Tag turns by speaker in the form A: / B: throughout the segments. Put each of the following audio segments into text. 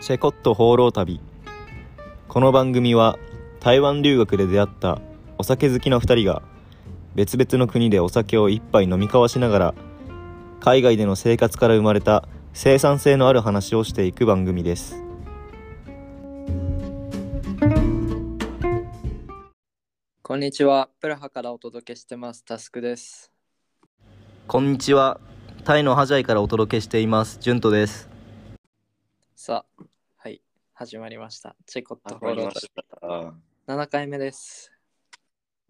A: チェコット放浪旅この番組は台湾留学で出会ったお酒好きの2人が別々の国でお酒を一杯飲み交わしながら海外での生活から生まれた生産性のある話をしていく番組です
B: こんにちは。プラハからお届けしてます。タスクです。
A: こんにちはタイのハジャイからお届けしていますジュントです
B: さあ、はい、始まりました。チェコット
A: わ
B: ホー
A: かり
B: ル
A: ました
B: 7回目です。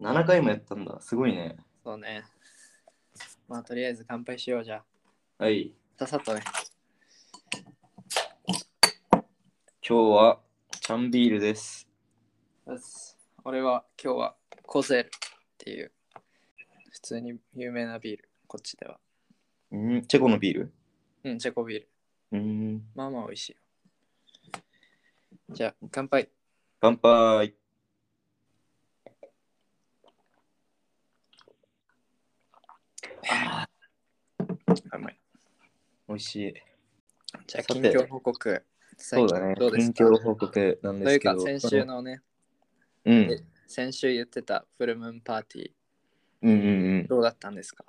A: 7回もやったんだすごいね
B: そうね。まあ、とりあえず乾杯しようじゃ。
A: はい
B: さっさとね。
A: 今日はチャンビールです
B: よし俺は今日はコゼルっていう、普通に有名なビール、こっちでは。
A: うんチェコのビール
B: うん、チェコビール。
A: うん
B: まあまあ美味しいよ。じゃあ、乾杯。
A: 乾杯
B: 乾杯
A: 美味しい
B: じゃあ、
A: さて
B: 近況報告。最
A: そう
B: 近
A: だね
B: どうです
A: 近
B: か
A: 況報告なん
B: と
A: で
B: い
A: す
B: う
A: け
B: か、
A: ど
B: 先週のね、
A: うん
B: 先週言ってたフルムーンパーティー、
A: うんうんうん
B: どうだったんですか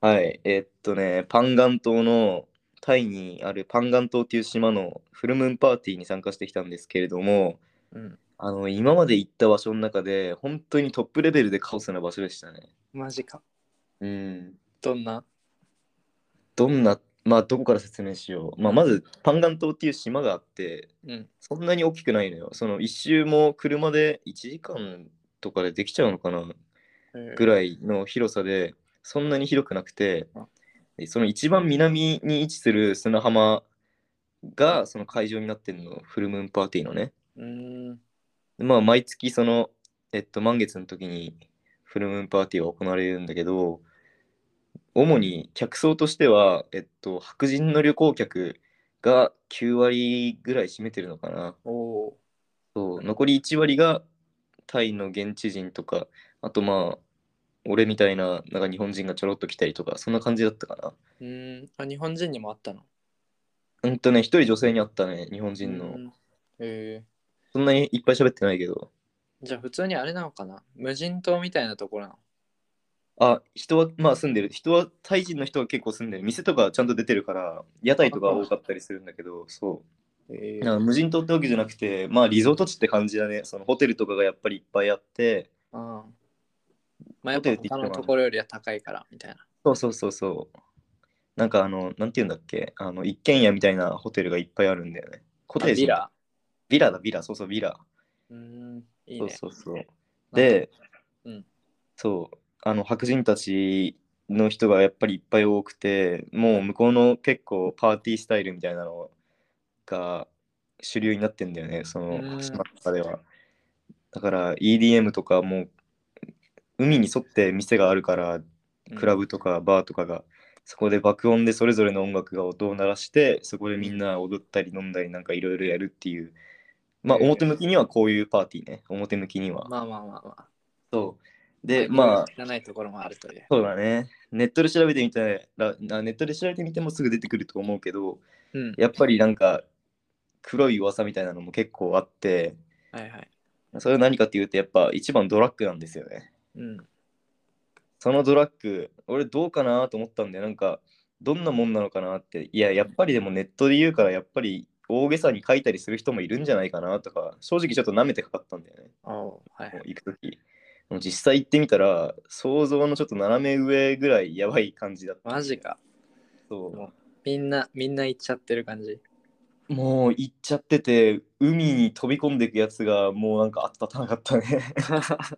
A: はいえーっとねパンガン島のタイにあるパンガン島っていう島のフルムーンパーティーに参加してきたんですけれども
B: うん。
A: あの今まで行った場所の中で本当にトップレベルでカオスな場所でしたね
B: マジか。
A: うん
B: どんな
A: どんなまあどこから説明しよう、まあ、まずパンガン島っていう島があって
B: うん。
A: そんなに大きくないのよその一周も車で1時間とかでできちゃうのかなぐ
B: い。
A: らいの広さでそんなに広くなくて
B: あ
A: でその一番南に位置する砂浜がその会場になってるのフルムーンパーティーのね
B: うーん。
A: でまあ毎月そのえっと満月の時にフルムーンパーティーが行われるんだけど主に客層としてはえっと白人の旅行客が9割ぐらい占めてるのかな
B: おお
A: そう残り1割がタイの現地人とかあとまあ俺みたいななんか日本人がちょろっと来たりとかそんな感じだったかな
B: ー。うーん。あ、日本人にもあったの
A: うんとね一人女性に会ったね日本人
B: う
A: の
B: んえ
A: そんなにいっぱい喋ってないけど
B: ー、じゃあ、普通にあれなのかな無人島みたいなところなの
A: あ人はまあ住んでる人はタイ人の人は結構住んでる店とかちゃんと出てるから屋台とか多かったりするんだけどそ
B: え
A: うなんか無人島ってわけじゃなくてまあリゾート地って感じだねそのホテルとかがやっぱりいっぱいあって
B: あまあ、やっ
A: ホテ
B: ぱ
A: ルって言って
B: 他
A: も
B: のところよりは高いから、みたいな。
A: そうそうそうそう。なんかあの、なんて言うんだっけ、あの一軒家みたいなホテルがいっぱいあるんだよね。コテー
B: あ
A: ジみ
B: ビ
A: たいな。
B: ラ。
A: ビラだ、ビラ、そうそう、ビラ。
B: うーん。いいね。
A: そうそうそう。で、
B: うん
A: そう、あの白人たちの人がやっぱりいっぱい多くて、もう向こうの結構パーティースタイルみたいなのが主流になってんだよね、そ
B: うん
A: の島の中では。だから EDM とかもう海に沿って店があるから
B: うん
A: クラブとかバーとかが、そこで爆音でそれぞれの音楽が音を鳴らして、そこでみんな踊ったり飲んだりなんかいろいろやるっていう、まあ
B: ええ
A: 表向きにはこういうパーティーね、表向きには。
B: まあまあまあまあ。
A: そう。で、まあ、
B: 知らないところもあるという。
A: そうだね。ネットで調べてみたら、なネットで調べてみてもすぐ出てくると思うけど、
B: うん。
A: やっぱりなんか黒い噂みたいなのも結構あって、
B: はいはい。
A: それは何かっていうと、やっぱ一番ドラッグなんですよね。
B: うん。
A: そのドラッグ、俺どうかなと思ったんで、なんか、どんなもんなのかなって、いや、やっぱりでもネットで言うから、やっぱり大げさに書いたりする人もいるんじゃないかなとか、正直ちょっと舐めてかかったんだよね、
B: おーはいはい。
A: 行くとき。でも実際行ってみたら、想像のちょっと斜め上ぐらいやばい感じだった。
B: マジか。
A: そ
B: みんな、みんな行っちゃってる感じ。
A: う。もう行っちゃってて、海に飛び込んでいくやつが、もうなんか後立たなかった ね。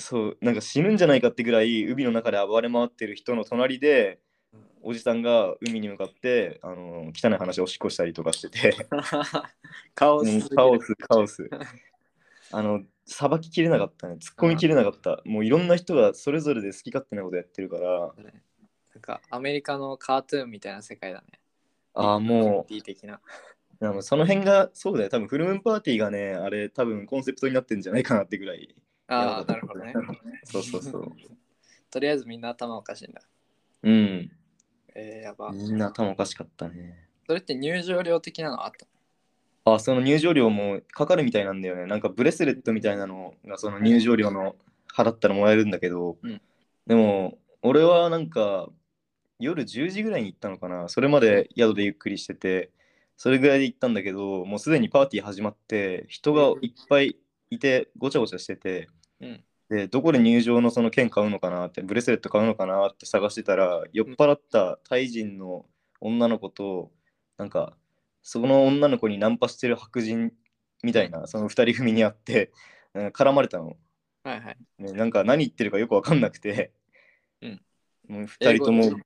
A: そうなんか死ぬんじゃないかってぐらい海の中で暴れ回ってる人の隣でおじさんが海に向かってあの汚い話をおしっこしたりとかしてて
B: カオ
A: うん
B: ス。
A: カオスカオス あのさばききれなかったね突っ込みきれなかったもういろんな人がそれぞれで好き勝手なことやってるから
B: なんかアメリカのカートゥーンみたいな世界だね。
A: ああも
B: う。的な。
A: うでもその辺がそうだよ多分フルムーンパーティーがねあれ多分コンセプトになってんじゃないかなってぐらい
B: ああ、なるほどね。
A: そうそうそう
B: とりあえずみんな頭おかしいんだ。
A: うん
B: えー、やば。
A: みんな頭おかしかったね
B: それって入場料的なのあった
A: あ、その入場料もかかるみたいなんだよね。なんかブレスレットみたいなのがその入場料の払ったらもらえるんだけど、
B: うん
A: でも俺はなんか夜10時ぐらいに行ったのかな。それまで宿でゆっくりしてて、それぐらいで行ったんだけど、もうすでにパーティー始まって、人がいっぱいいてごちゃごちゃしてて、
B: うん
A: で、どこで入場のその券買うのかなって、ブレスレット買うのかなって探してたら、酔っ払ったタイ人の女の子と、なんか、その女の子にナンパしてる白人みたいな、その二人組に会って、うん絡まれたの。
B: はいはい。
A: ね、なんか何言ってるかよくわかんなくて、
B: うん
A: もう二人と
B: 英
A: も
B: 語で、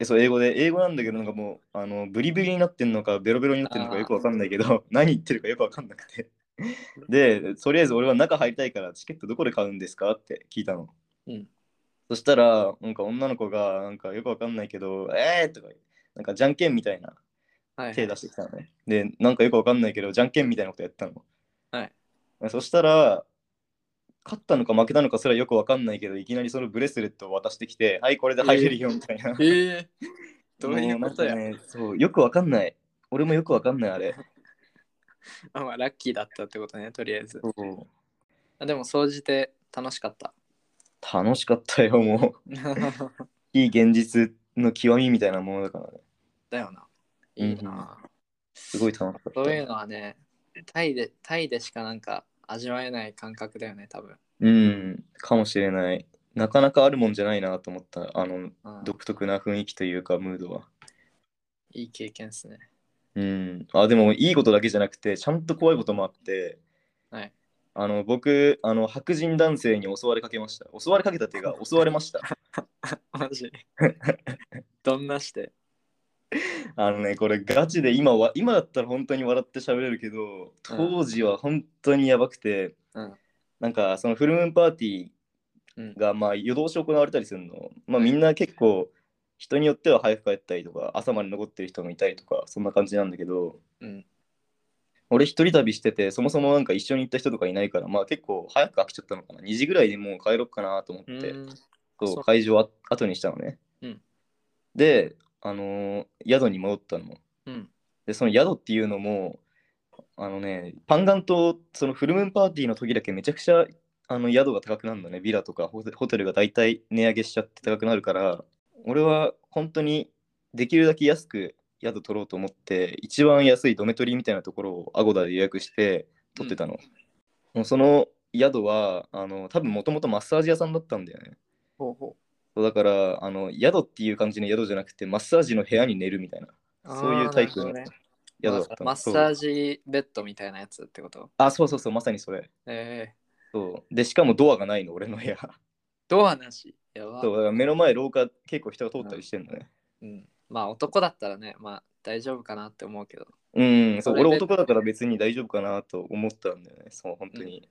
A: えそう英語で、英語なんだけど、なんかもう、あのブリブリになってんのか、ベロベロになってんの
B: あ
A: か
B: ー
A: よくわかんないけど、 何言ってるかよくわかんなくて。で、とりあえず俺は中入りたいから、チケットどこで買うんですかって聞いたの。
B: うん
A: そしたら、なんか女の子が、なんかよくわかんないけど、えーとか、なんかじゃんけんみたいな
B: はいはい
A: 手出してきたのね。で、なんかよくわかんないけど、じゃんけんみたいなことやったの。
B: はい。
A: そしたら、勝ったのか負けたのかすらよくわかんないけど、いきなりそのブレスレットを渡してきて、はい、これで入れるよみたいな。
B: ええ どういう
A: も
B: ことや、
A: なんかねそう、よくわかんない。俺もよくわかんない、あれ。
B: あまあ、ラッキーだったってことね、とりあえず。
A: そう
B: あでも、総じて楽しかった。
A: 楽しかったよ、もう。いい現実の極みみたいなものだからね。
B: だよな。いいな、
A: すごい楽しかった。
B: そういうのはね、タイで、タイでしかなんか味わえない感覚だよね、多分。
A: うん、かもしれない。なかなかあるもんじゃないなと思った、あの、
B: うん
A: 独特な雰囲気というか、ムードは。
B: いい経験ですね。
A: うん、あでもいいことだけじゃなくてちゃんと怖いこともあって、
B: はい、
A: あの僕あの白人男性に襲われかけました襲われかけたっていうか襲われました
B: マ ジどんなして
A: あのねこれガチで今は今だったら本当に笑って喋れるけど当時は本当にやばくて、
B: うん
A: なんかそのフルムーンパーティーがまあ夜通し行われたりするの、まあ、みんな結構人によっては早く帰ったりとか朝まで残ってる人もいたりとかそんな感じなんだけど、
B: うん。
A: 俺一人旅してて、そもそもなんか一緒に行った人とかいないから、まあ結構早く飽きちゃったのかな。2時ぐらいでもう帰ろうかなと思っ
B: う
A: て、
B: ん。
A: そ
B: そうう
A: 会場あ後にしたのね。
B: うん
A: で、あのー宿に戻ったの。
B: うん。
A: で、その宿っていうのも、あのね、パンガン島、そのフルムーンパーティーの時だけめちゃくちゃあの宿が高くなるのね。ビラとかホテホテルが大体値上げしちゃって高くなるから、俺は本当にできるだけ安く宿取ろうと思って、一番安いドメトリーみたいなところをアゴダで予約して取ってたの。もうその宿は、あの多分もともとマッサージ屋さんだったんだよね。
B: ほうほ
A: そうだからあの、宿っていう感じの宿じゃなくて、マッサージの部屋に寝るみたいな、
B: う。
A: そういうタイプの
B: あ
A: 宿
B: ー
A: だ
B: なる
A: った
B: ほどね
A: の。
B: まあマッサー
A: そう
B: ジベッドみたいなやつってこと
A: あ、そうそうそう、まさにそれ。
B: ええ
A: そう。で、しかもドアがないの、俺の 部屋。
B: ドアなし。やば。
A: そう、だから目の前、廊下、結構人が通ったりしてんのね。
B: うん、まあ男だったらね、まあ大丈夫かなって思うけど。
A: うん、そう、
B: それで
A: 俺男だから別に大丈夫かなと思ったんだよね、そう、本当に。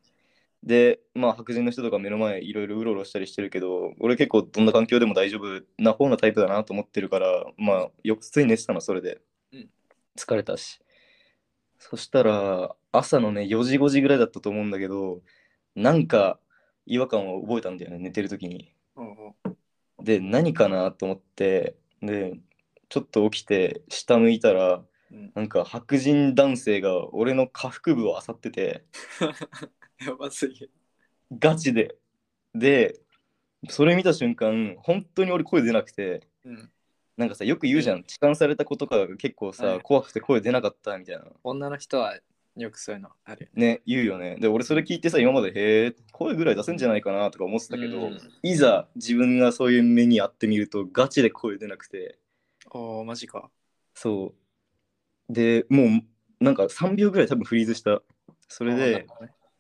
A: で、まあ、白人の人とか目の前、いろいろうろうろしたりしてるけど、俺結構どんな環境でも大丈夫な方のタイプだなと思ってるから、まあ、翌日に寝てたの、それで
B: うん。
A: 疲れたし。そしたら、朝のね、4時、5時ぐらいだったと思うんだけど、なんか違和感を覚えたんだよね、寝てる時に。で何かなと思ってでちょっと起きて下向いたら
B: うん、
A: なんか白人男性が俺の下腹部を漁ってて
B: やばすぎる。
A: ガチででそれ見た瞬間本当に俺声出なくて
B: うん、
A: なんかさよく言うじゃん痴漢された子とかが結構さ、
B: はい
A: 怖くて声出なかったみたいな
B: 女の人はよくそういうのあるよね。
A: ね言うよねで俺それ聞いてさ今までへえ声ぐらい出せんじゃないかなとか思ってたけど、
B: うん
A: いざ自分がそういう目に遭ってみるとガチで声出なくて。
B: おお、マジか。
A: そう。で、もう、なんか3秒ぐらい多分フリーズした。そ
B: そ
A: れで、、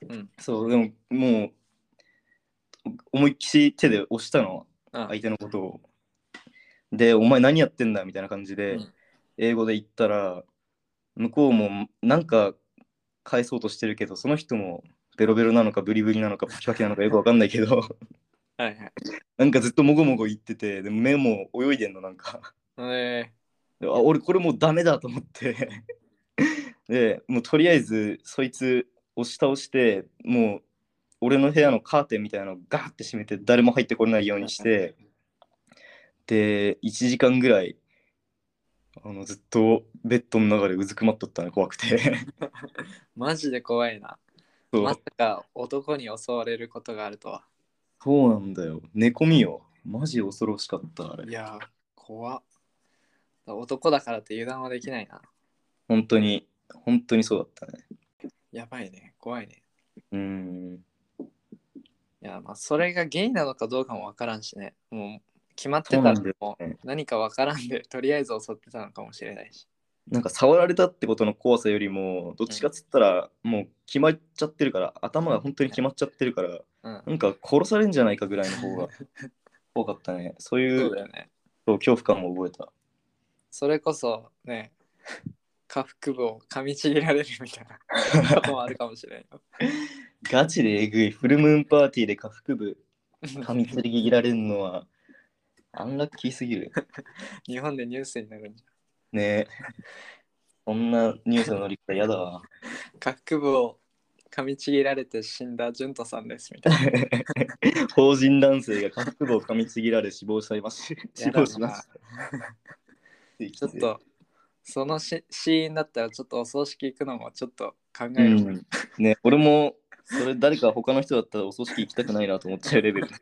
B: うん。
A: そう、でも、もう、思いっきり手で押したの、
B: あ
A: 相手のことを。で、お前何やってんだみたいな感じで、
B: うん
A: 英語で言ったら、向こうもなんか返そうとしてるけど、その人もベロベロなのかブリブリなのかパキパキなのかよくわかんないけど、
B: はいはい。
A: なんかずっともごもご言ってて、で目も泳いでんの、なんか。
B: え
A: であ俺これもうダメだと思って でもうとりあえずそいつ押し倒してもう俺の部屋のカーテンみたいなのをガーって閉めて誰も入ってこれないようにしてで1時間ぐらいあのずっとベッドの中でうずくまっとったの怖く て
B: マジで怖いな。
A: そう
B: まさか男に襲われることがあるとは。
A: そうなんだよ寝込みよマジ恐ろしかったあ
B: い
A: れ
B: やー、怖っ男だからって油断はできないな。
A: 本当に本当にそうだったね
B: やばいね。怖いね。
A: うん
B: いや、まあ、それがゲイなのかどうかもわからんしね。もう、決まってたら
A: そうなんだよ
B: も
A: ね
B: う何かわからんで、とりあえず襲ってたのかもしれないし。
A: なんか触られたってことの怖さよりもどっちかっつったらもう決まっちゃってるから頭が本当に決まっちゃってるから
B: うん。
A: なんか殺されんじゃないかぐらいの 方が多かったねそうい
B: そううだよね。
A: そう恐怖感を覚えた
B: それこそ、ね、下腹部を噛みちぎられるみたい なこともあるかもしれんよ。
A: ガチでえぐいフルムーンパーティーで下腹部噛みつり切られるのはアンラッキーすぎる
B: 日本でニュースになるんじ
A: ねえこんなニュースの乗り方やだわ
B: ゃん。下腹部を噛みちぎられて死んだ淳太さんですみたいな。
A: 法人男性が下腹部を噛みちぎられ死亡されました死
B: やだな
A: 亡しました
B: ちょ っと、そのしシーンだったら、ちょっとお葬式行くのもちょっと考
A: う
B: える。
A: ん、ね俺もそれ誰か他の人だったらお葬式行きたくないなと思っちゃうレベルだ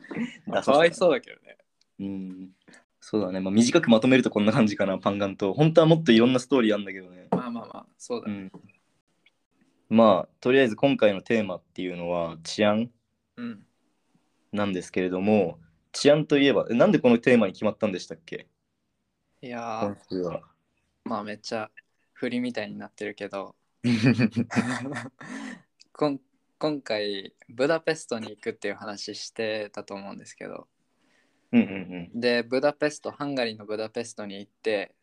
B: まあかわいそうだけどね。
A: うんそうだね、まあ、短くまとめるとこんな感じかなパンガンと本当はもっといろんなストーリーあんだけどね、
B: まあまあまあ、そうだ
A: う
B: ね。
A: ん、まあとりあえず今回のテーマっていうのは治安
B: うん。
A: なんですけれども治安といえばえなんでこのテーマに決まったんでしたっけ
B: いやー
A: 今、週 は
B: まあめっちゃ振りみたいになってるけど、 こん今回、ブダペストに行くっていう話してたと思うんですけど、
A: うんうん
B: で、ブダペスト、ハンガリーのブダペストに行って、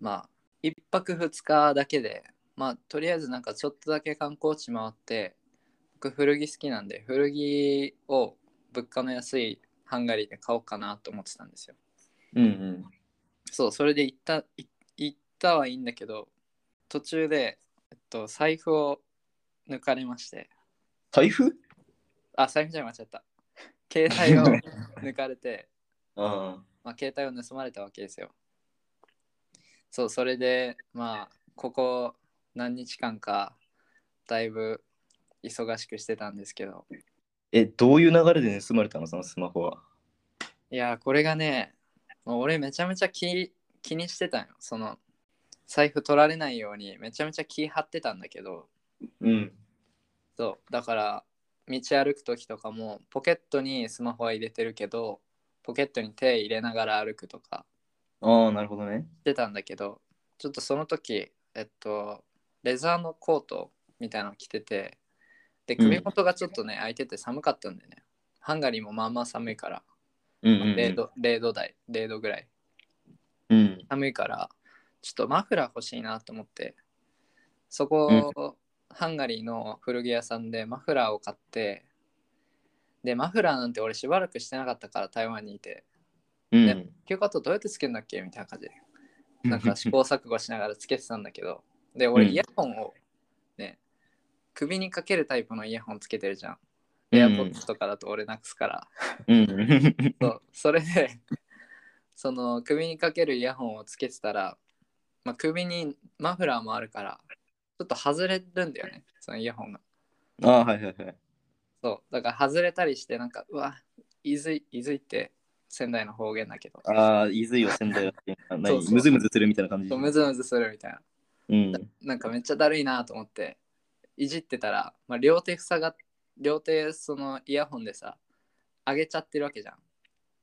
B: まあ、1泊2日だけで、まあ、とりあえずなんかちょっとだけ観光地回って、僕、古着好きなんで、古着を物価の安いハンガリーで買おうかなと思ってたんですよ。
A: うんうんうん
B: そう、それで行った、い行ったはいいんだけど、途中で、えっと、財布を抜かれまして、
A: 財 布
B: あ、財布じゃない間違った。携帯を抜かれて、
A: ああ
B: まあ、携帯を盗まれたわけですよ。そう、それで、まあ、ここ何日間か、だいぶ忙しくしてたんですけど、
A: えどういう流れで盗まれたのそのスマホはい
B: やー、これがね、もう俺めちゃめちゃ気気にしてたんよ。その、財布取られないようにめちゃめちゃ気張ってたんだけど、
A: うん
B: そうだから道歩く時とかもポケットにスマホは入れてるけどポケットに手入れながら歩くとか
A: ああなるほどね
B: してたんだけどちょっとその時えっとレザーのコートみたいなの着ててで
A: うん
B: 首元がちょっとね、開いてて寒かったんでねハンガリーもまあまあ寒いから
A: うんうんうん
B: 0度 ,0 度台0度ぐらい
A: うん
B: 寒いからちょっとマフラー欲しいなと思ってそこ、ハンガリーの古着屋さんでマフラーを買ってでマフラーなんて俺しばらくしてなかったから台湾にいて
A: うん
B: ね休暇とどうやってつけるんだっけみたいな感じでなんか試行錯誤しながらつけてたんだけどで俺
A: うん
B: イヤホンをね首にかけるタイプのイヤホンつけてるじゃんエアポッツとかだと俺なくすから、
A: うん
B: そうそれでその首にかけるイヤホンをつけてたら、まあ、首にマフラーもあるからちょっと外れるんだよねそのイヤホンが
A: ああはいはいはい
B: そうだから外れたりしてなんかうわいずいいずいって仙台の方言だけど
A: ああいずいは仙台だっていうのは
B: そう
A: 何
B: そう
A: ムズムズするみたいな感じ
B: そうむずむずするみたいな
A: うん
B: なんかめっちゃだるいなと思っていじってたら、まあ、両手塞がっ両手そのイヤホンでさ上げちゃってるわけじゃん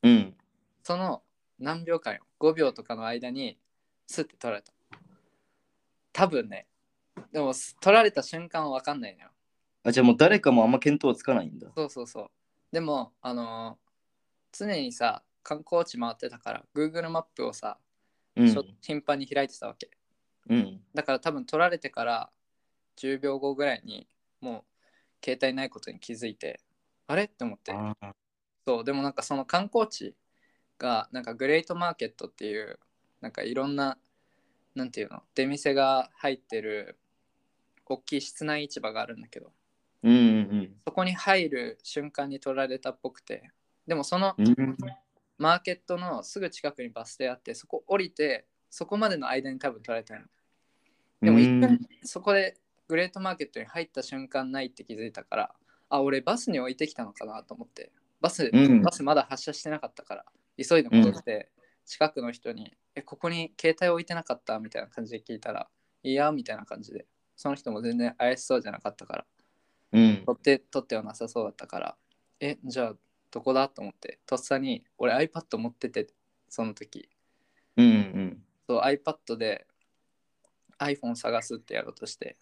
A: うん
B: その何秒間よ5秒とかの間にスッて取られた多分ねでもす取られた瞬間は分かんないのよ
A: あじゃあもう誰かもあんま見当はつかないんだ
B: そうそうそうでもあのー常にさ観光地回ってたから Google マップをさ、
A: うん
B: しょ頻繁に開いてたわけ
A: うん
B: だから多分取られてから10秒後ぐらいにもう携帯ないことに気づいてあれって思って
A: あー
B: そうでもなんかその観光地がなんかグレートマーケットっていうなんかいろんななんていうの出店が入ってる大きい室内市場があるんだけど
A: うんうん
B: そこに入る瞬間に取られたっぽくてでもその
A: うんうん
B: マーケットのすぐ近くにバス停あってそこ降りてそこまでの間に多分取られたの。でも一回そこでグレートマーケットに入った瞬間ないって気づいたから、あ、俺バスに置いてきたのかなと思って、バス、
A: うん
B: バスまだ発車してなかったから、急いで戻って、近くの人に、え、ここに携帯置いてなかったみたいな感じで聞いたら、いや、みたいな感じで、その人も全然怪しそうじゃなかったから、
A: うん。
B: 取って、取ってはなさそうだったから、え、じゃあどこだと思って、とっさに、俺 iPad 持ってて、その時。
A: うん。うん。
B: そう iPad で iPhone 探すってやろうとして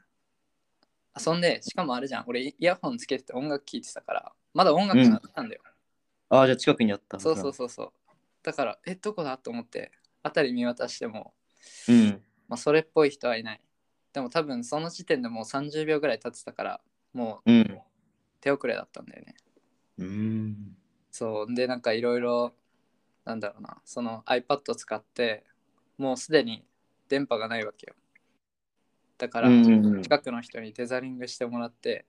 B: 遊んでしかもあれじゃん俺イヤホンつけてて音楽聴いてたからまだ音楽があったんだよ、
A: ああ、じゃあ近くにあったはず
B: そ
A: だ。
B: うそうそうそうだからえどこだと思って辺り見渡しても、
A: うん。
B: まあ、それっぽい人はいないでも多分その時点でもう30秒ぐらい経ってたからもう
A: うん。
B: 手遅れだったんだよね
A: うん。
B: そうでなんかいろいろなんだろうなその iPad 使ってもうすでに電波がないわけよだから、
A: うんうんうん
B: 近くの人にテザリングしてもらって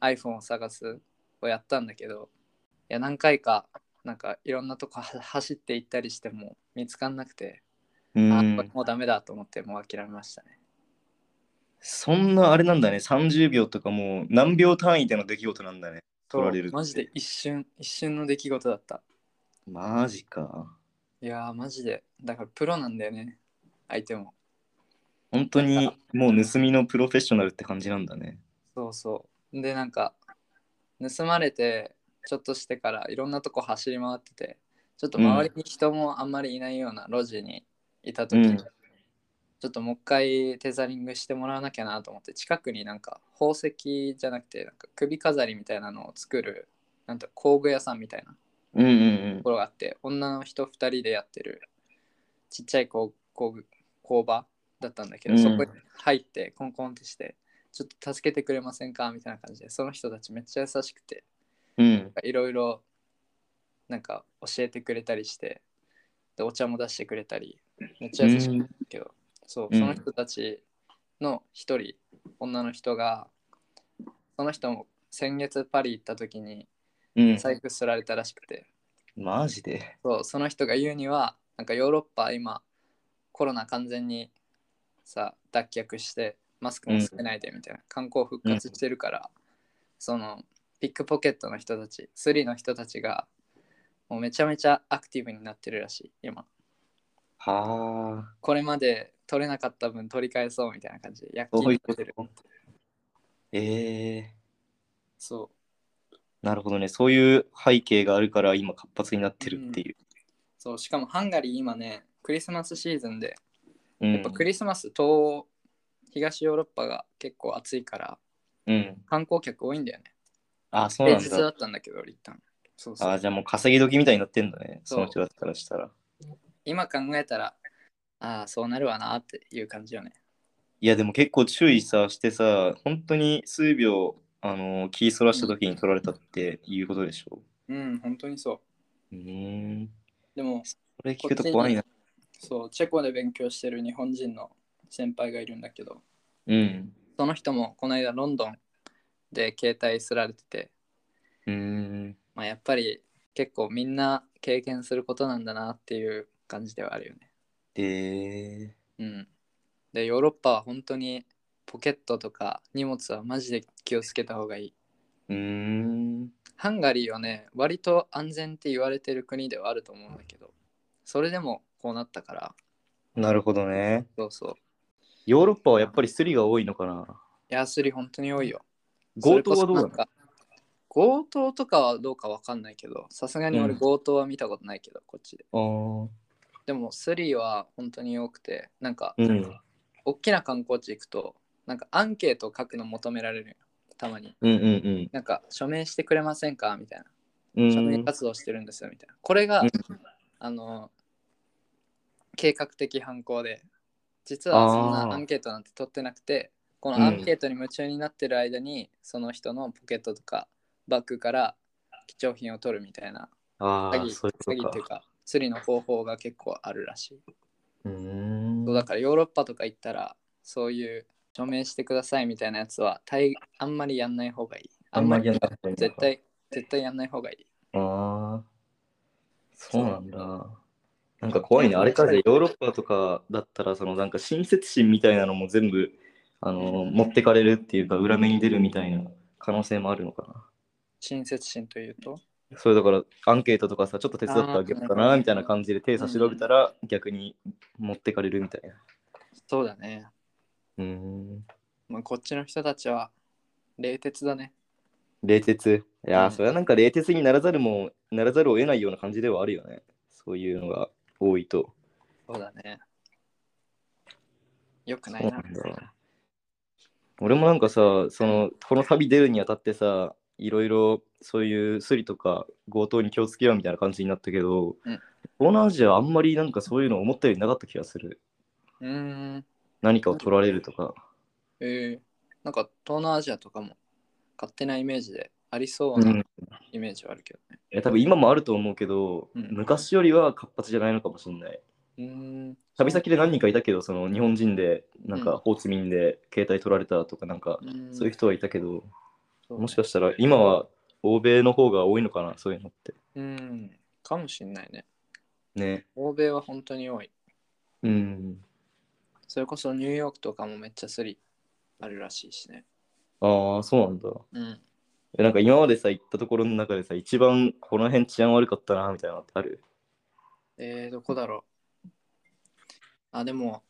B: iPhone を探すをやったんだけどいや何回かなんかいろんなとこは走って行ったりしても見つかんなくて、
A: う
B: あ
A: ん
B: これもうダメだと思ってもう諦めましたね
A: そんなあれなんだね、30秒とかもう何秒単位での出来事なんだね。取られるって
B: マジで一瞬一瞬の出来事だった
A: マジか。
B: いやーマジでだからプロなんだよね相手も
A: 本当にもう盗みのプロフェッショナルって感じなんだね。
B: そうそう。で、なんか、盗まれて、ちょっとしてからいろんなとこ走り回ってて、ちょっと周りに人もあんまりいないような路地にいたとき、
A: うん
B: ちょっともう一回テザリングしてもらわなきゃなと思って、近くになんか宝石じゃなくて、なんか首飾りみたいなのを作る、なんて工具屋さんみたいな
A: うんうん
B: ところがあって、女の人2人でやってるちっちゃい工工具工場だったんだけど、
A: うん
B: そこに入ってコンコンってして、ちょっと助けてくれませんかみたいな感じで、その人たちめっちゃ優しくて、
A: うん。うん。
B: いろいろなんか教えてくれたりして、でお茶も出してくれたり、めっちゃ優しくてけど、そう
A: うん
B: その人たちの一人、女の人が、その人も先月パリ行った時に
A: うん。
B: 財布すられたらしくて、
A: マジで。
B: そうその人が言うにはなんかヨーロッパ今コロナ完全にさ脱却してマスクもつけないでみたいな、観光復活してるから、そのピックポケットの人たちスリーの人たちがもうめちゃめちゃアクティブになってるらしい今
A: はあ。
B: これまで取れなかった分取り返そうみたいな感じで躍起
A: そうい
B: に
A: うこ
B: なってる
A: と。ええ
B: そう
A: なるほどね。そういう背景があるから今活発になってるっていう。
B: そうしかもハンガリー今ねクリスマスシーズンで
A: うん。
B: やっぱクリスマス東欧東ヨーロッパが結構暑いから
A: うん。
B: 観光客多いんだよね
A: あ、そう
B: 平
A: なん
B: 日だ
A: だ。
B: ったんだけど、俺一旦。そうそう
A: あ、じゃあもう稼ぎ時みたいになってんだね。
B: そ
A: そうの人たちからしたら。
B: 今考えたら、ああ、そうなるわなっていう感じよね。
A: いやでも結構注意さしてさ、本当に数秒、あのー、気そらした時に取られたっていうことでしょ。
B: うん、本当にそう
A: うーん。
B: う。でも、
A: それ聞くと怖いな。
B: そう、チェコで勉強してる日本人の先輩がいるんだけど、
A: うん。
B: その人もこの間ロンドンで携帯すられてて、
A: うーん。
B: まあ、やっぱり結構みんな経験することなんだなっていう感じではあるよね。
A: えー、
B: うん。で、ヨーロッパは本当にポケットとか荷物はマジで気をつけた方がいい。
A: うーん。
B: ハンガリーはね、割と安全って言われてる国ではあると思うんだけど、それでもこうなったから、
A: なるほどね。
B: そうそう。
A: ヨーロッパはやっぱりスリが多いのかな。
B: ヤスリ本当に多いよ。
A: 強盗はどう
B: それこそ
A: なの
B: なんか強盗とかはどうかわかんないけど、さすがに俺
A: うん
B: 強盗は見たことないけど、こっちで。
A: あー
B: でも、スリは本当に多くて、なんか、
A: うん。
B: 大きな観光地行くと、なんかアンケートを書くの求められるよ、たまに。
A: うんうん
B: なんか、署名してくれませんかみたいな。
A: うん。う
B: 署名
A: ん。
B: 活動してるんですよみたいな。これが、
A: うん
B: あの計画的犯行で実はそん
A: あー
B: なアンケートなんて取ってなくてこ
A: うん
B: のアンケートに夢中になってる間に、その人のポケットとかバッグから貴重品を取るみたいな
A: あ
B: 詐
A: あ、
B: 欺
A: そう
B: 詐
A: いう
B: 欺
A: こ
B: ってい
A: とか。
B: うか釣りの方法が結構あるらしい、
A: うーん。
B: そうだからヨーロッパとか行ったらそういう署名してくださいみたいなやつは大あんまりやんない方がいい
A: あんまりやんない方がいいのか
B: 絶対絶対やんない方がいい
A: ああ、そうなんだ。なんか怖いね。あれかでヨーロッパとかだったら、そのなんか親切心みたいなのも全部あの持ってかれるっていうか、裏目に出るみたいな可能性もあるのか
B: 親切心というと
A: な。それだからアンケートとかさ、ちょっと手伝ってあげようか
B: あ
A: な
B: ー
A: みたいな感じで手差し伸べたら、逆に持ってかれるみたいな。
B: そうだね。
A: うーん。
B: まあ、こっちの人たちは冷徹だね。
A: 冷徹。いやー、
B: うん
A: それはなんか冷徹にならざるも、ならざるを得ないような感じではあるよね。そういうのが多いと。
B: そうだね。よくない
A: そう
B: な。
A: なんだ俺もなんかさそのこの旅出るにあたってさいろいろそういうスリとか強盗に気をつけようみたいな感じになったけど、
B: うん
A: 東南アジアあんまりなんかそういうの思ったよりなかった気がする
B: うーん。
A: 何かを取られるとか、
B: えー、なんか東南アジアとかも勝手なイメージでありそう
A: う、
B: なんイメージはあるけどね。
A: え多分今もあると思うけど、
B: うん
A: 昔よりは活発じゃないのかもしれないう
B: ーん。
A: 旅先で何人かいたけどその日本人でなん
B: うん
A: かホーチミンで携帯取られたとかなんか、
B: うん
A: そういう人はいたけど
B: そうね
A: もしかしたら今は欧米の方が多いのかなそういうのって
B: うん。かもしんないね。
A: ね
B: 欧米は本当に多い。
A: うん
B: それこそニューヨークとかもめっちゃスリあるらしいしね。
A: ああ、そうなんだ。
B: うん。
A: えなんか今までさ、行ったところの中でさ、一番この辺治安悪かったな、みたいなのってある
B: えー、どこだろう。あ、でも、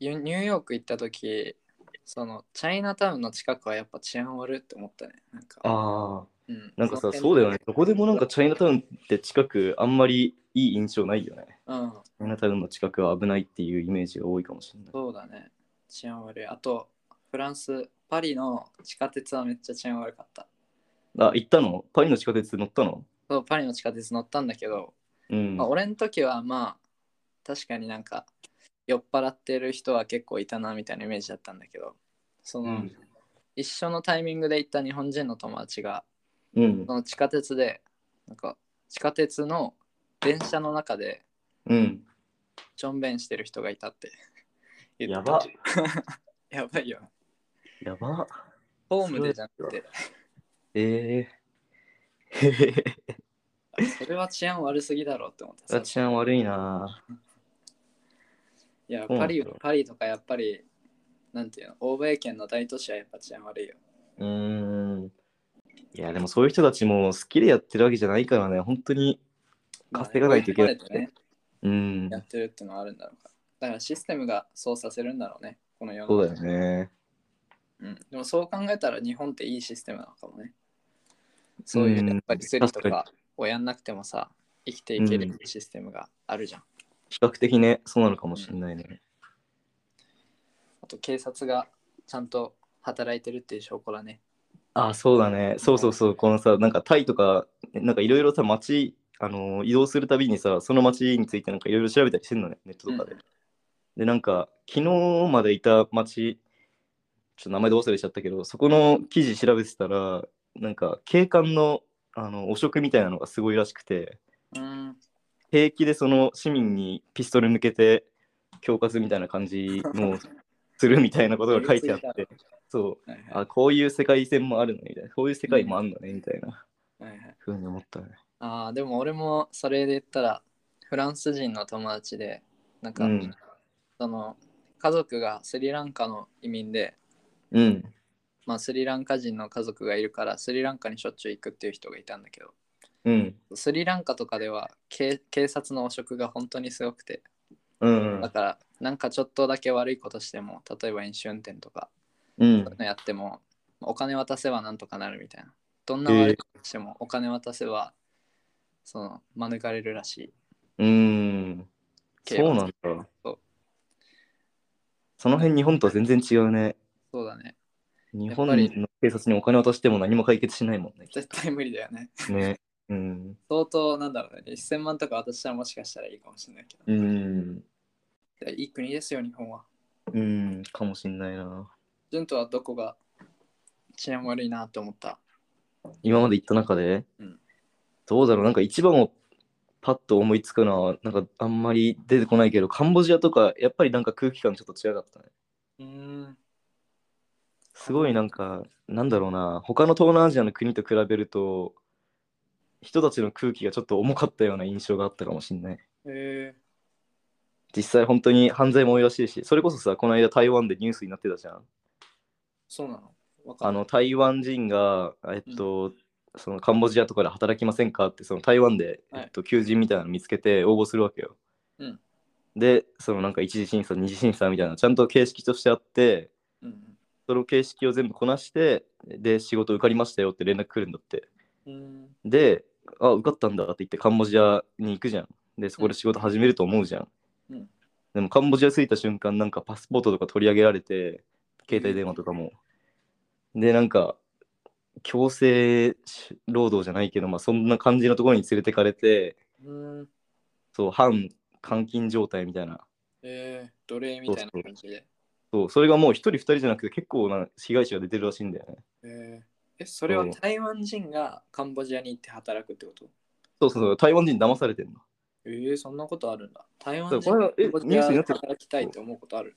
B: ユニューヨーク行った時そのチャイナタウンの近くはやっぱ治安悪いって思ったね。なんか、
A: ああ。
B: うん、
A: なんかさ、そうだよね。どこでもなんかチャイナタウンって近く、あんまりいい印象ないよね。
B: うん、
A: チャイナタウンの近くは危ないっていうイメージが多いかもしれない。
B: そうだね。治安悪い。あと、フランス、パリの地下鉄はめっちゃ治安悪かった。
A: あ、行ったのパリの地下鉄乗ったの
B: そう、パリの地下鉄乗ったんだけど、
A: うん。
B: まあ、俺の時はまあ、確かになんか、酔っ払ってる人は結構いたなみたいなイメージだったんだけど、その、
A: うん
B: 一緒のタイミングで行った日本人の友達が、
A: うん
B: そ。の地下鉄で、なんか、地下鉄の電車の中で、
A: うん。
B: ちょんべんしてる人がいたって言って
A: や
B: た
A: ば。。
B: やばいよ。
A: やば。
B: ホームでじゃなくて、
A: ええー。へ へへ。
B: それは治安悪すぎだろうって思った。
A: 治安悪いない
B: や、
A: そう
B: パリ
A: なんだ、
B: パリとかやっぱり、なんていうの、欧米圏の大都市はやっぱ治安悪いよ。
A: うーん。いや、でもそういう人たちも好きでやってるわけじゃないからね、本当に稼がないといけない
B: まあね追込まれてね
A: うん
B: や、ってるってのはあるんだろうから。だからシステムがそうさせるんだろうね、この世の中
A: そうだよね。
B: うん。でもそう考えたら日本っていいシステムなのかもね。そういう、やっぱりスリと
A: 確か
B: かをやんなくてもさ、生きていけるシステムがあるじゃん。
A: 比較的ね、そうなのかもしれないね。
B: あと警察がちゃんと働いてるっていう証拠だね。
A: あ、そうだね。そうそうそう、このさ、なんかタイとか、なんかいろいろさ、街、あの移動するたびにさ、その街についてなんかいろいろ調べたりしてんのね、ネットとかで。
B: うん
A: で、なんか、昨日までいた街、ちょっと名前で忘れしちゃったけど、そこの記事調べてたら、なんか、警官のあの汚職みたいなのがすごいらしくて。
B: うん。
A: 平気でその市民にピストル向けて恐喝みたいな感じのするみたいなことが書いてあっ
B: はい
A: てそう
B: はい
A: あこういう世界線もあるのみたいなこういう世界もあるのねみたいな
B: はいはい。
A: ふうに思ったね
B: ああ、でも俺もそれで言ったら、フランス人の友達で、なんか、
A: うん
B: その、家族がスリランカの移民で、
A: うん
B: まあ、スリランカ人の家族がいるから、スリランカにしょっちゅう行くっていう人がいたんだけど、
A: うん
B: スリランカとかでは警警察の汚職が本当にすごくて、
A: うん
B: だから、なんかちょっとだけ悪いことしても、例えば飲酒運転とか、
A: うん
B: そういうのやっても、お金渡せばなんとかなるみたいな。どんな悪いことしても、お金渡せば、その、免れるらしい。
A: うんそうなんだ
B: そう
A: その辺日本とは全然違うね
B: そうだね。
A: 日
B: っ
A: 本
B: ぱり
A: の警察にお金渡しても何も解決しないもんねきっ
B: 絶対無理だよね。
A: とねうん
B: 相当なんだろうね。1000万とか渡したらもしかしたらいいかもしれないけど。
A: うん
B: いい国ですよ、日本は。
A: うんかもしんないな
B: ジュンとはどこが治安悪いなって思った。
A: 今まで行った中で、
B: うん
A: どうだろうなんか一番をパッと思いつくのはなんかあんまり出てこないけどカンボジアとかやっぱりなんか空気感ちょっと違かったね
B: うーん。
A: すごいなんかなんだろうな他の東南アジアの国と比べると人たちの空気がちょっと重かったような印象があったかもしんない
B: えー、
A: 実際本当に犯罪も多いらしいし、それこそさ、この間台湾でニュースになってたじゃん。
B: そうなのわか
A: あ
B: んない
A: の台湾人が、えっと、そのカンボジアとかで働きませんかって、その台湾で、
B: はい
A: えっと、求人みたいなの見つけて応募するわけよ。
B: うん
A: で、そのなんか一次審査、二次審査みたいな、ちゃんと形式としてあって、
B: うん
A: その形式を全部こなして、で、仕事受かりましたよって連絡来るんだって。
B: うん。うん
A: で、あ、受かったんだって言ってカンボジアに行くじゃん。で、そこで仕事始めると思うじゃん。
B: うん
A: でもカンボジア着いた瞬間、なんかパスポートとか取り上げられて、携帯電話とかも。で、なんか、強制労働じゃないけど、まあ、そんな感じのところに連れてかれて、
B: うん。
A: そう、反監禁状態みたいな。
B: えー、奴隷みたいな感じで。
A: そう、それがもう一人二人じゃなくて結構な被害者が出てるらしいんだよね。
B: えーえ、それは台湾人がカンボジアに行って働くってこと
A: そうそうそう、台湾人騙されてんの。
B: えー、そんなことあるんだ。台湾人
A: そうこれ
B: が
A: え
B: カンボジ
A: ニュース
B: ア
A: に
B: に
A: なってる
B: 働きたいって思うことある。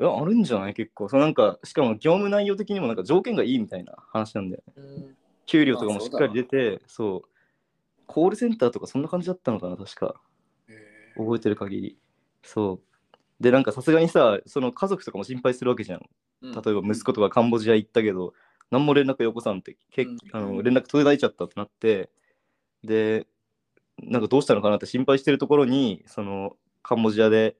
A: いや、あるんじゃない結構。そのなんか、しかも業務内容的にもなんか条件がいいみたいな話なんだよね。
B: うん。
A: 給料とかも
B: まあ
A: し
B: そ
A: っ
B: うだ
A: か
B: な
A: り出て、そうコールセンターとかそんな感じだったのかな確か。
B: えー
A: 覚えてる限り。そう。で、なんかさすがにさ、その家族とかも心配するわけじゃん。
B: うん
A: 例えば息子とかカンボジア行ったけど、何も連絡よこさんって、け
B: うん
A: あの連絡途絶えちゃったってなって、で、なんかどうしたのかなって心配してるところに、そのカンボジアで、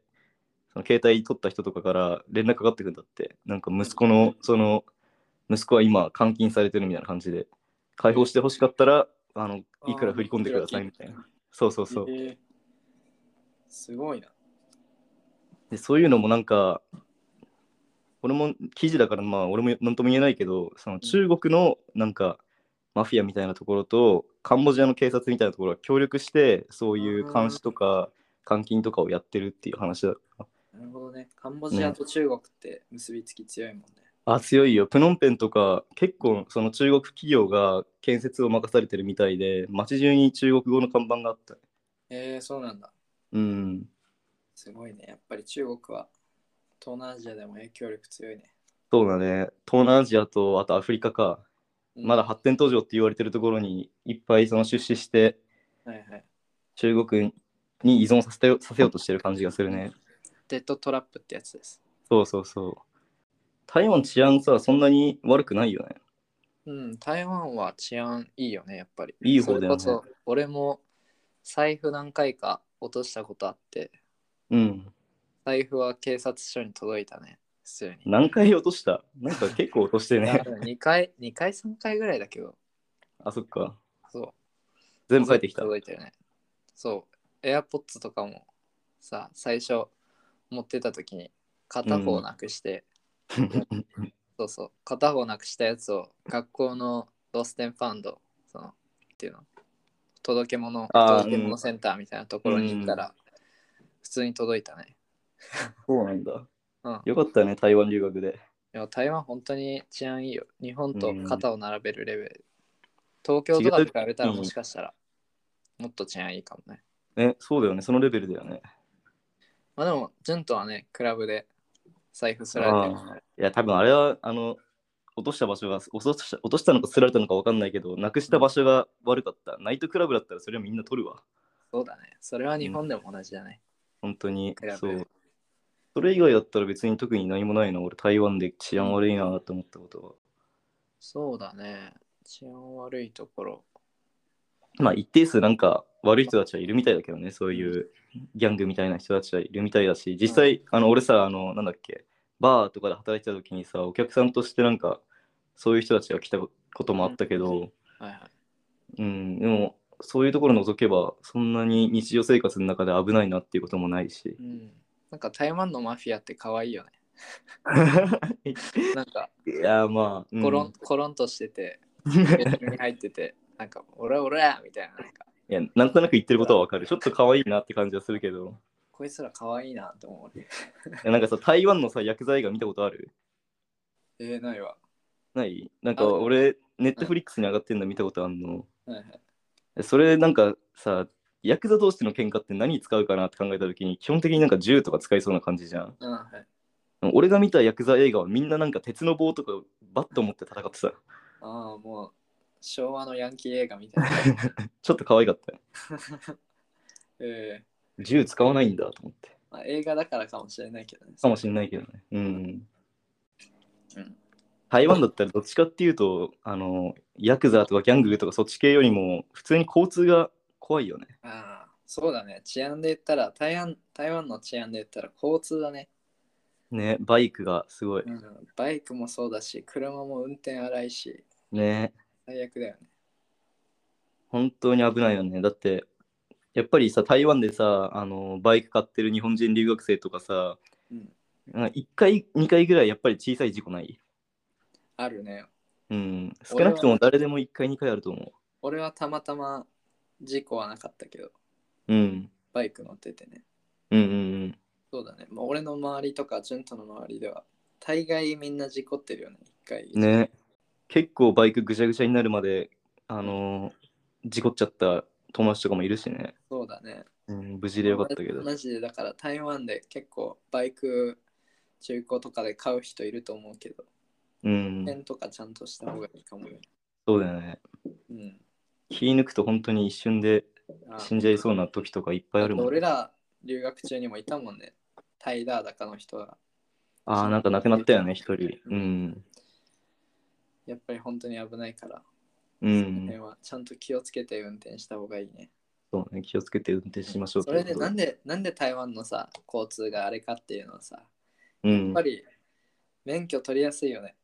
A: その携帯取った人とかから連絡かかってくるんだって、なんか息子の、その、息子は今監禁されてるみたいな感じで、解放してほしかったら、あの、いくら振り込んでくださいみたいな。そうそうそう。
B: えーすごいな。
A: でそういうのもなんか俺も記事だからまあ俺も何とも言えないけどその中国のなんかマフィアみたいなところとカンボジアの警察みたいなところが協力してそういう監視とか監禁とかをやってるっていう話だ
B: なるほどね。カンボジアと中国って結びつき強いもんね。
A: あ強いよプノンペンとか結構その中国企業が建設を任されてるみたいで街中に中国語の看板があった
B: えー、そうなんだ。
A: うん
B: すごいね。やっぱり中国は東南アジアでも影響力強いね。
A: そうだね東南アジアとあとアフリカか
B: うん
A: まだ発展途上って言われてるところにいっぱいその出資して
B: はいはい。
A: 中国に依存させてさせようとしてる感じがするね。
B: デッドトラップってやつです。
A: そうそうそう。台湾治安さ、そんなに悪くないよね。
B: うん、台湾は治安いいよね、やっぱり。
A: いい方だよね
B: それこそ、俺も財布何回か落としたことあって、
A: うん。
B: 財布は警察署に届いたね、普通に。
A: 何回落としたなんか結構落として ね。
B: 2回、2回、3回ぐらいだけど、
A: あ、そっか。
B: そう。
A: 全部帰ってきた。
B: 届いたよね。そう。AirPods とかもさ、最初持ってた時に片方なくして、そうそう。片方なくしたやつを学校のロステンファンド、その、っていうの、届け物、
A: あー
B: 届け物センターみたいなところに行ったら、普通に届いたね。
A: そうなんだ。
B: うん。
A: よかったね、台湾留学で。
B: でも台湾本当に治安いいよ。日本と肩を並べるレベル。東京とかと比べたらもしかしたら、もっと治安いいかもね。
A: ね、そうだよね、そのレベルだよね。
B: まあでも、ジュンとはね、クラブで財布すられてるからね。
A: いや、多分あれは、あの、落とした場所が、落とした落としたのかすられたのか分かんないけど、なくした場所が悪かった。ナイトクラブだったらそれはみんな取るわ。
B: そうだね。それは日本でも同じだね。
A: 本当に
B: クラ。ブ
A: そう。それ以外だったら別に特に何もないな。俺、台湾で治安悪いなと思ったことは。
B: そうだね。治安悪いところ。
A: まあ一定数なんか悪い人たちはいるみたいだけどね、そういうギャングみたいな人たちはいるみたいだし、実際、あの俺さ、あの、なんだっけ、バーとかで働いてた時にさ、お客さんとしてなんか、そういう人たちが来たこともあったけど、
B: はいはい。
A: うん、でも、そういうところ除けば、そんなに日常生活の中で危ないなっていうこともない し
B: う。ん。なんか台湾のマフィアって可愛いよね。なんか、
A: いや、まあ、うん
B: コロン、コロンとしてて、ベッドに入ってて、なんか、オラオラみたいな、なんか、
A: いや、なんとなく言ってることはわかる。ちょっと可愛いなって感じはするけど。
B: こいつら可愛いなと思う。
A: いやなんかさ、台湾のさ、薬剤が見たことある
B: えー、ないわ。
A: ないなんか
B: ある
A: 俺、ネットフリックスに上がってんの見たことあんの。
B: はいはい。
A: それなんかさ、ヤクザ同士の喧嘩って何に使うかなって考えたときに、基本的になんか銃とか使いそうな感じじゃん。
B: うん、はい。
A: 俺が見たヤクザ映画はみんななんか鉄の棒とかバット持って戦ってた。
B: ああ、もう、 昭和のヤンキー映画みたいな。
A: ちょっと可愛かったよ。
B: え
A: 銃使わないんだと思って。
B: まあ、映画だからかもしれないけどね。
A: かもしれないけどね。うん。
B: うん
A: 台湾だったらどっちかっていうと、あの、ヤクザとかギャングとかそっち系よりも、普通に交通が怖いよね。
B: ああ、そうだね。治安で言ったら、台湾台湾の治安で言ったら交通だね、
A: ね、バイクがすごい。
B: うん。バイクもそうだし、車も運転荒いし、
A: ね、
B: 最悪だよね。
A: 本当に危ないよね。だって、やっぱりさ、台湾でさ、あの、バイク買ってる日本人留学生とかさ、
B: うん、
A: 1回、2回ぐらいやっぱり小さい事故ない。
B: あるね。
A: うん。少なくとも誰でも1回、2回あると思
B: 俺はたまたま事故はなかったけど、
A: う。うん。
B: バイク乗っててね。
A: うんうんうん。
B: そうだね。まあ、俺の周りとか、ジュントの周りでは、大概みんな事故ってるよね、一回。
A: ね結構バイクぐちゃぐちゃになるまであのー事故っちゃった友達とかもいるしね、
B: そうだね。
A: うん、無事でよかったけど
B: マジでだから台湾で結構バイク中古とかで買う人いると思うけど、
A: うん
B: 点とかちゃんとした方がいいかもね。
A: そうだよね
B: うん。
A: 気抜くと本当に一瞬で
B: あ
A: 死んじゃいそうな時とかいっぱいあるもん
B: 俺ら留学中にもいたもんね。タイダー高の人は。
A: ああなんか亡くなったよね一人うん
B: やっぱり本当に危ないから、
A: う
B: その辺
A: ん
B: はちゃんと気をつけて運転した方がいいね。
A: そうね気をつけて運転しましょう
B: それでなん
A: で
B: で、なんで台湾のさ、交通があれかっていうのはさ、
A: う
B: やっ
A: ん
B: ぱり免許取りやすいよね。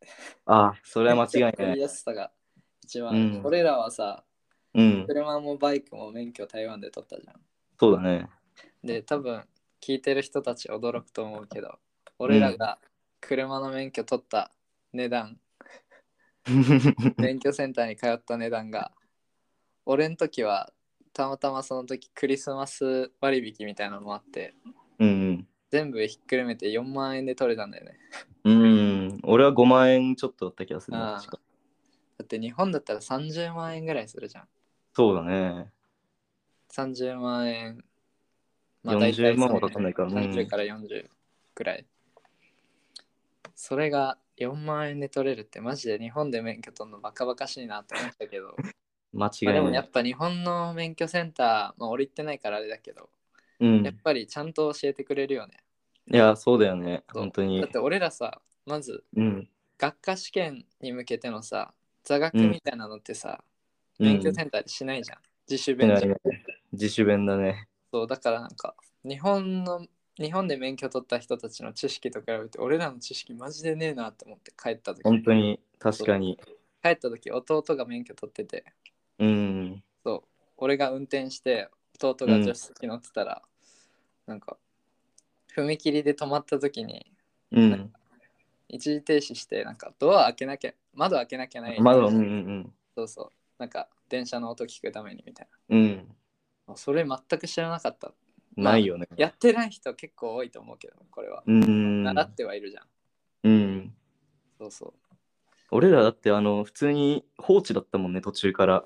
A: ああそれは間違い
B: 取
A: な
B: り
A: い
B: やすさが一番。
A: うん
B: 俺らはさ、
A: うん
B: 車もバイクも免許台湾で取ったじゃん。
A: そうだね
B: で、多分聞いてる人たち驚くと思うけど、俺らが車の免許取った値段、免許センターに通った値段が、俺の時はたまたまその時クリスマス割引みたいなのもあって、
A: うん
B: 全部ひっくるめて4万円で取れたんだよね。
A: うん、うん、俺は5万円ちょっとだった気がするな
B: ああ
A: 確か
B: だって日本だったら30万円ぐらいするじゃん。
A: そうだね
B: 30万円。
A: 40万もかかんないから
B: ね。
A: ね
B: 30から40くらい。それが4万円で取れるってマジで日本で免許取るのバカバカしいなって思った けど。
A: 間違い
B: まあでも
A: な
B: や
A: い
B: っぱ日本の免許センター、まあ俺行ってないからあれだけど、
A: うん
B: やっぱりちゃんと教えてくれるよね。
A: いや、そうだよね、
B: そう
A: 本当に
B: だっ。て俺らさ、まず
A: うん。
B: 学科試験に向けてのさ、座学みたいなのってさ、免許センターでしないじゃん。自主
A: うん
B: 勉
A: しない
B: 強
A: ね。自主弁だね。
B: そうだからなんか日本の日本で免許取った人たちの知識と比べて俺らの知識マジでねえなって思って帰った時
A: 本当に、確かに。
B: 帰った時弟が免許取ってて
A: うん。
B: そう俺が運転して弟が助手席乗ってたら、なんか踏切で止まった時に
A: うん。
B: 一時停止してなんかドア開けなきゃ窓開けなきゃない
A: まだ、うんうん
B: そうそうなんか電車の音聞くためにみたい
A: うん。うん。
B: なそれ全く知らなかった
A: ないよね。
B: やってない人結構多いと思うけどこれは、
A: うん。
B: 習ってはいるじゃん
A: うん。
B: そうそう
A: 俺らだって、あの、普通に放置だったもんね、途中から。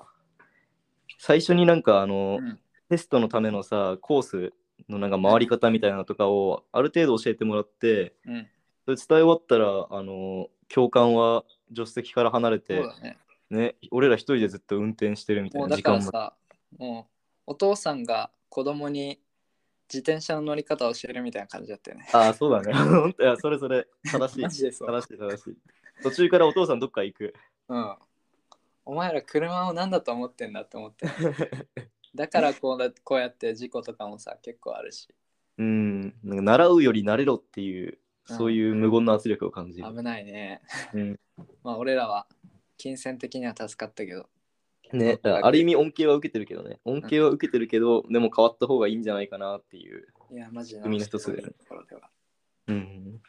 A: 最初になんか、あの、
B: うん
A: テストのためのさ、コースのなんか回り方みたいなのとかを、ある程度教えてもらって、
B: うん
A: それ伝え終わったら、あの、教官は助手席から離れ
B: そう
A: て、
B: だね。
A: ね、俺ら一人でずっと運転してるみたい
B: もう
A: な
B: だ
A: 時
B: か
A: 間
B: ら
A: も。
B: さ、もうお父さんが子供に自転車の乗り方を教えるみたいな感じだったよ ね。
A: ああ、そう だね。本当いや、それそれ、正しい
B: マ。ジでそう。
A: 正しい、正しい。途中からお父さんどっか行く。
B: うん。お前ら車を何だと思ってんだって思 って。だからこうだこうやって事故とかもさ、結構あるし、
A: うん、なんか習うより慣れろっていう、
B: うん
A: そういう無言の圧力を感じる。
B: 危ないね。
A: うん
B: まあ俺らは金銭的には助かったけど、
A: ね、だからある意味恩恵は受けてるけどね。恩恵は受けてるけど、でも変わった方がいいんじゃないかなっていう。
B: いや、マジで
A: 海の一つで
B: ところでは。
A: うん。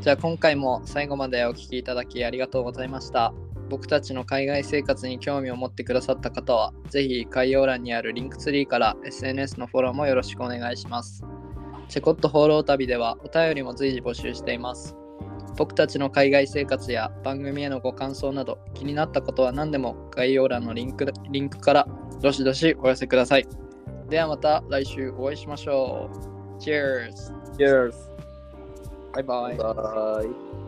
B: じゃあ今回も最後までお聞きいただきありがとうございました。僕たちの海外生活に興味を持ってくださった方は、ぜひ概要欄にあるリンクツリーから SNS のフォローもよろしくお願いします。チェコット放浪旅ではお便りも随時募集しています。僕たちの海外生活や番組へのご感想など気になったことは何でも概要欄のリンクリンクからどしどしお寄せください。ではまた来週お会いしましょう。Cheers!
A: Cheers!
B: バイバイ。
A: バイ。